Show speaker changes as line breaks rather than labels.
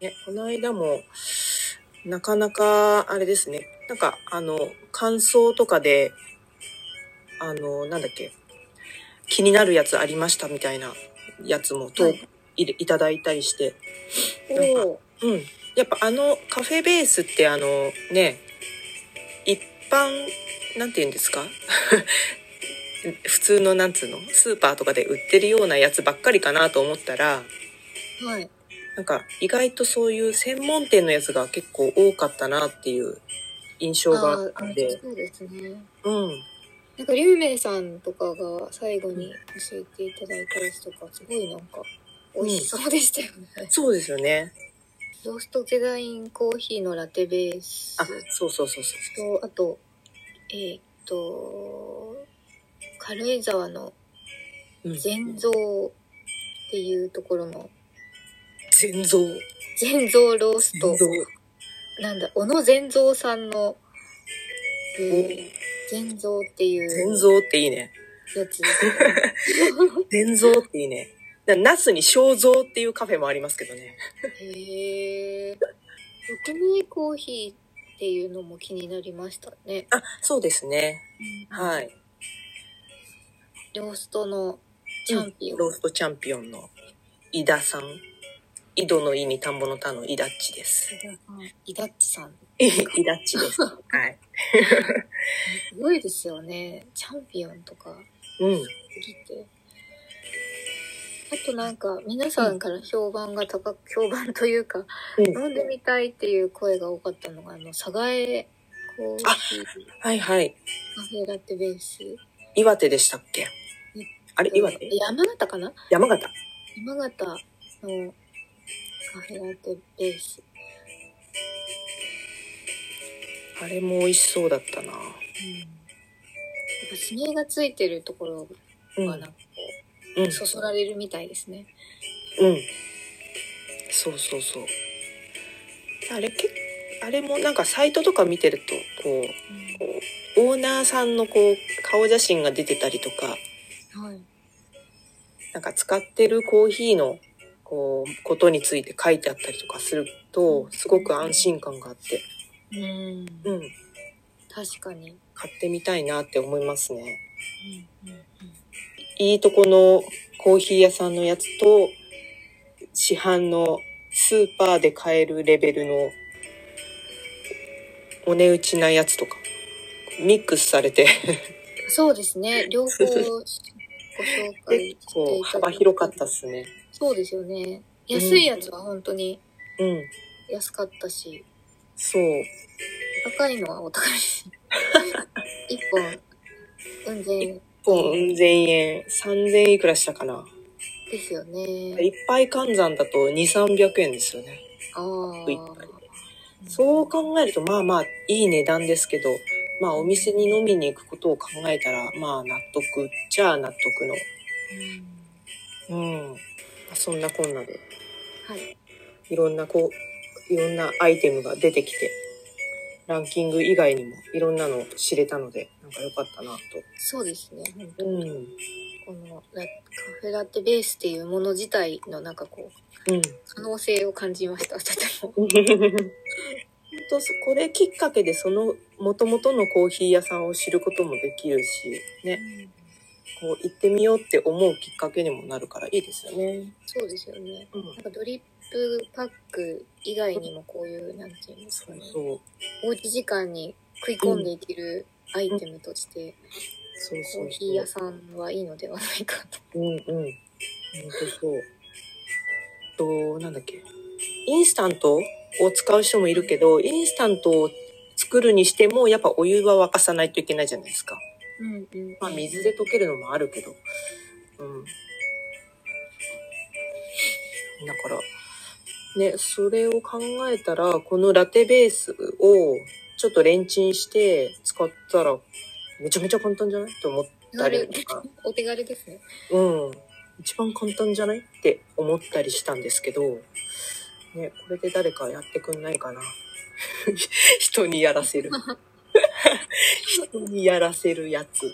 ね、この間も、なかなか、あれですね。なんか、あの、感想とかで、あの、なんだっけ、気になるやつありましたみたいなやつも
は
と
い。
いいただいたりして、なんか、
おー
うん。やっぱあのカフェベースってあのね、一般、なんて言うんですか 普通のなんつうのスーパーとかで売ってるようなやつばっかりかなと思ったら、
はい。
なんか意外とそういう専門店のやつが結構多かったなっていう印象があっ
あー
た
あ、
んで、
そうですね。
うん。
なんか、リュウメイさんとかが最後に教えていただいたやつとか、すごいなんか、美
う
味し
ん。
そうでしたよね。
そうですよね。
ローストデザインコーヒーのラテベー
あ、
ス
そうそうそうそうそ
と、あと、えーっと、軽井沢の
う。うん。
禅蔵っていうところの、
全像。
禅蔵ロース
全
ト、
像。
なんだ、小野禅蔵さんの、え
お
ー、禅蔵ってい
全
う
像っていいね。
やつですよね。
全像っていいね。なナスに肖像っていうカフェもありますけどね。
へえ。匿名コーヒーっていうのも気になりましたね。
あ、そうですね。
うんうん
はい。
ローストのチ
う
ャ
ん。
ンピオン。
ローストチャンピオンの井田さん。井戸の井に田んぼの田の井田っちです。
イダッチさん。
井田っちです。はい。
すごいですよね。チャンピオンとか
うん。
すぎて。あとなんか、皆
う
さ
ん。
んから評判が高く、評判というか、
うん。
飲んでみたいっていう声が多かったのが、あの、サガエコー
あ、
ヒー
はいはい。
カフェラテベース。
岩手でしたっけ
えっ
あれ岩
と、
手
山形かな
山形。
山形のカフェラテベース。
あれも美味しそうだったな。
うん。やっぱ地名がついてるところ
う
はなん
ん。
かこ
う
う、
ん。
そそられるみたいですね。
うん。そうそうそう。あれけあれもなんかサイトとか見てるとこ
う
うこうオーナーさんのこう顔写真が出てたりとか
ん。はい。
なんか使ってるコーヒーのこうことについて書いてあったりとかする
う
と
ん。
すごく安心感があって、
うん。
うん、
確かに。
買ってみたいなって思いますね。
うんうんうん。
いいとこのコーヒー屋さんのやつと市販のスーパーで買えるレベルのお値打ちなやつとかミックスされて
そうですね。両方ご紹
結
介して
構
いた
幅
だい
広か
て。
ったっすね。
そうですよね。
う
安い
ん。
やつは本当に
うん。
安かったし、
そう。
高いのはお高い し。一本、うん
1
千円
本1000円、3000いくらしたかな。
ですよね。
一杯換算だと2、300円ですよね。
ああ。
一杯
う
で。そうん考えると、まあまあ、いい値段ですけど、まあ
う
お
ん
店に飲みに行くことを考えたら、まあ納得っちゃ納得の。
うん
うん。まあそんなこんなで、
はい。
いろんなこう、いろんなアイテムが出てきて、ランキング以外にもいろんなの知れたので、なんか良かったな
そうですね、本
と。
当
う
に。
ん。
このラカフェラテベースっていうもの自体のなんかこう、
うん。
可能性を感じました、とて も。
本当そこれきっかけでその元々のコーヒー屋さんを知ることもできるし、
う
ね、
ん
こう行ってみようって思うきっかけにもなるからいいですよね。
そうですよね。
うん。
なんかドリップパック以外にもこういう、なんていうんです
そ
か
う
ね、
そ。
おうち時間に食いう
う
込んで
ん。
いけるアイ
うん。
テムとして、
そう
コ
そ
ー
う
ヒー屋
そ
さんはいいのではないかと。
う。うんうん。本当そう。と、なんだっけ。インスタントを使う人もい
は
る
い。
けど、インスタントを作るにしても、やっぱお湯は沸かさないといけないじゃないですか。
うんうん
まあ
うんう
水
ん。
で溶けるのもあるけど。うん。だから、ね、それを考えたら、このラテベースをちょっとレンチンして使ったら、めちゃめちゃ簡単じゃないと思っ
手
たり
軽、
とか、
お手軽ですね。
うん、一番簡単じゃないって思ったりしたんですけど、ね、これで誰かやってくんないか な。人にやらせる。人にやらせるやつ。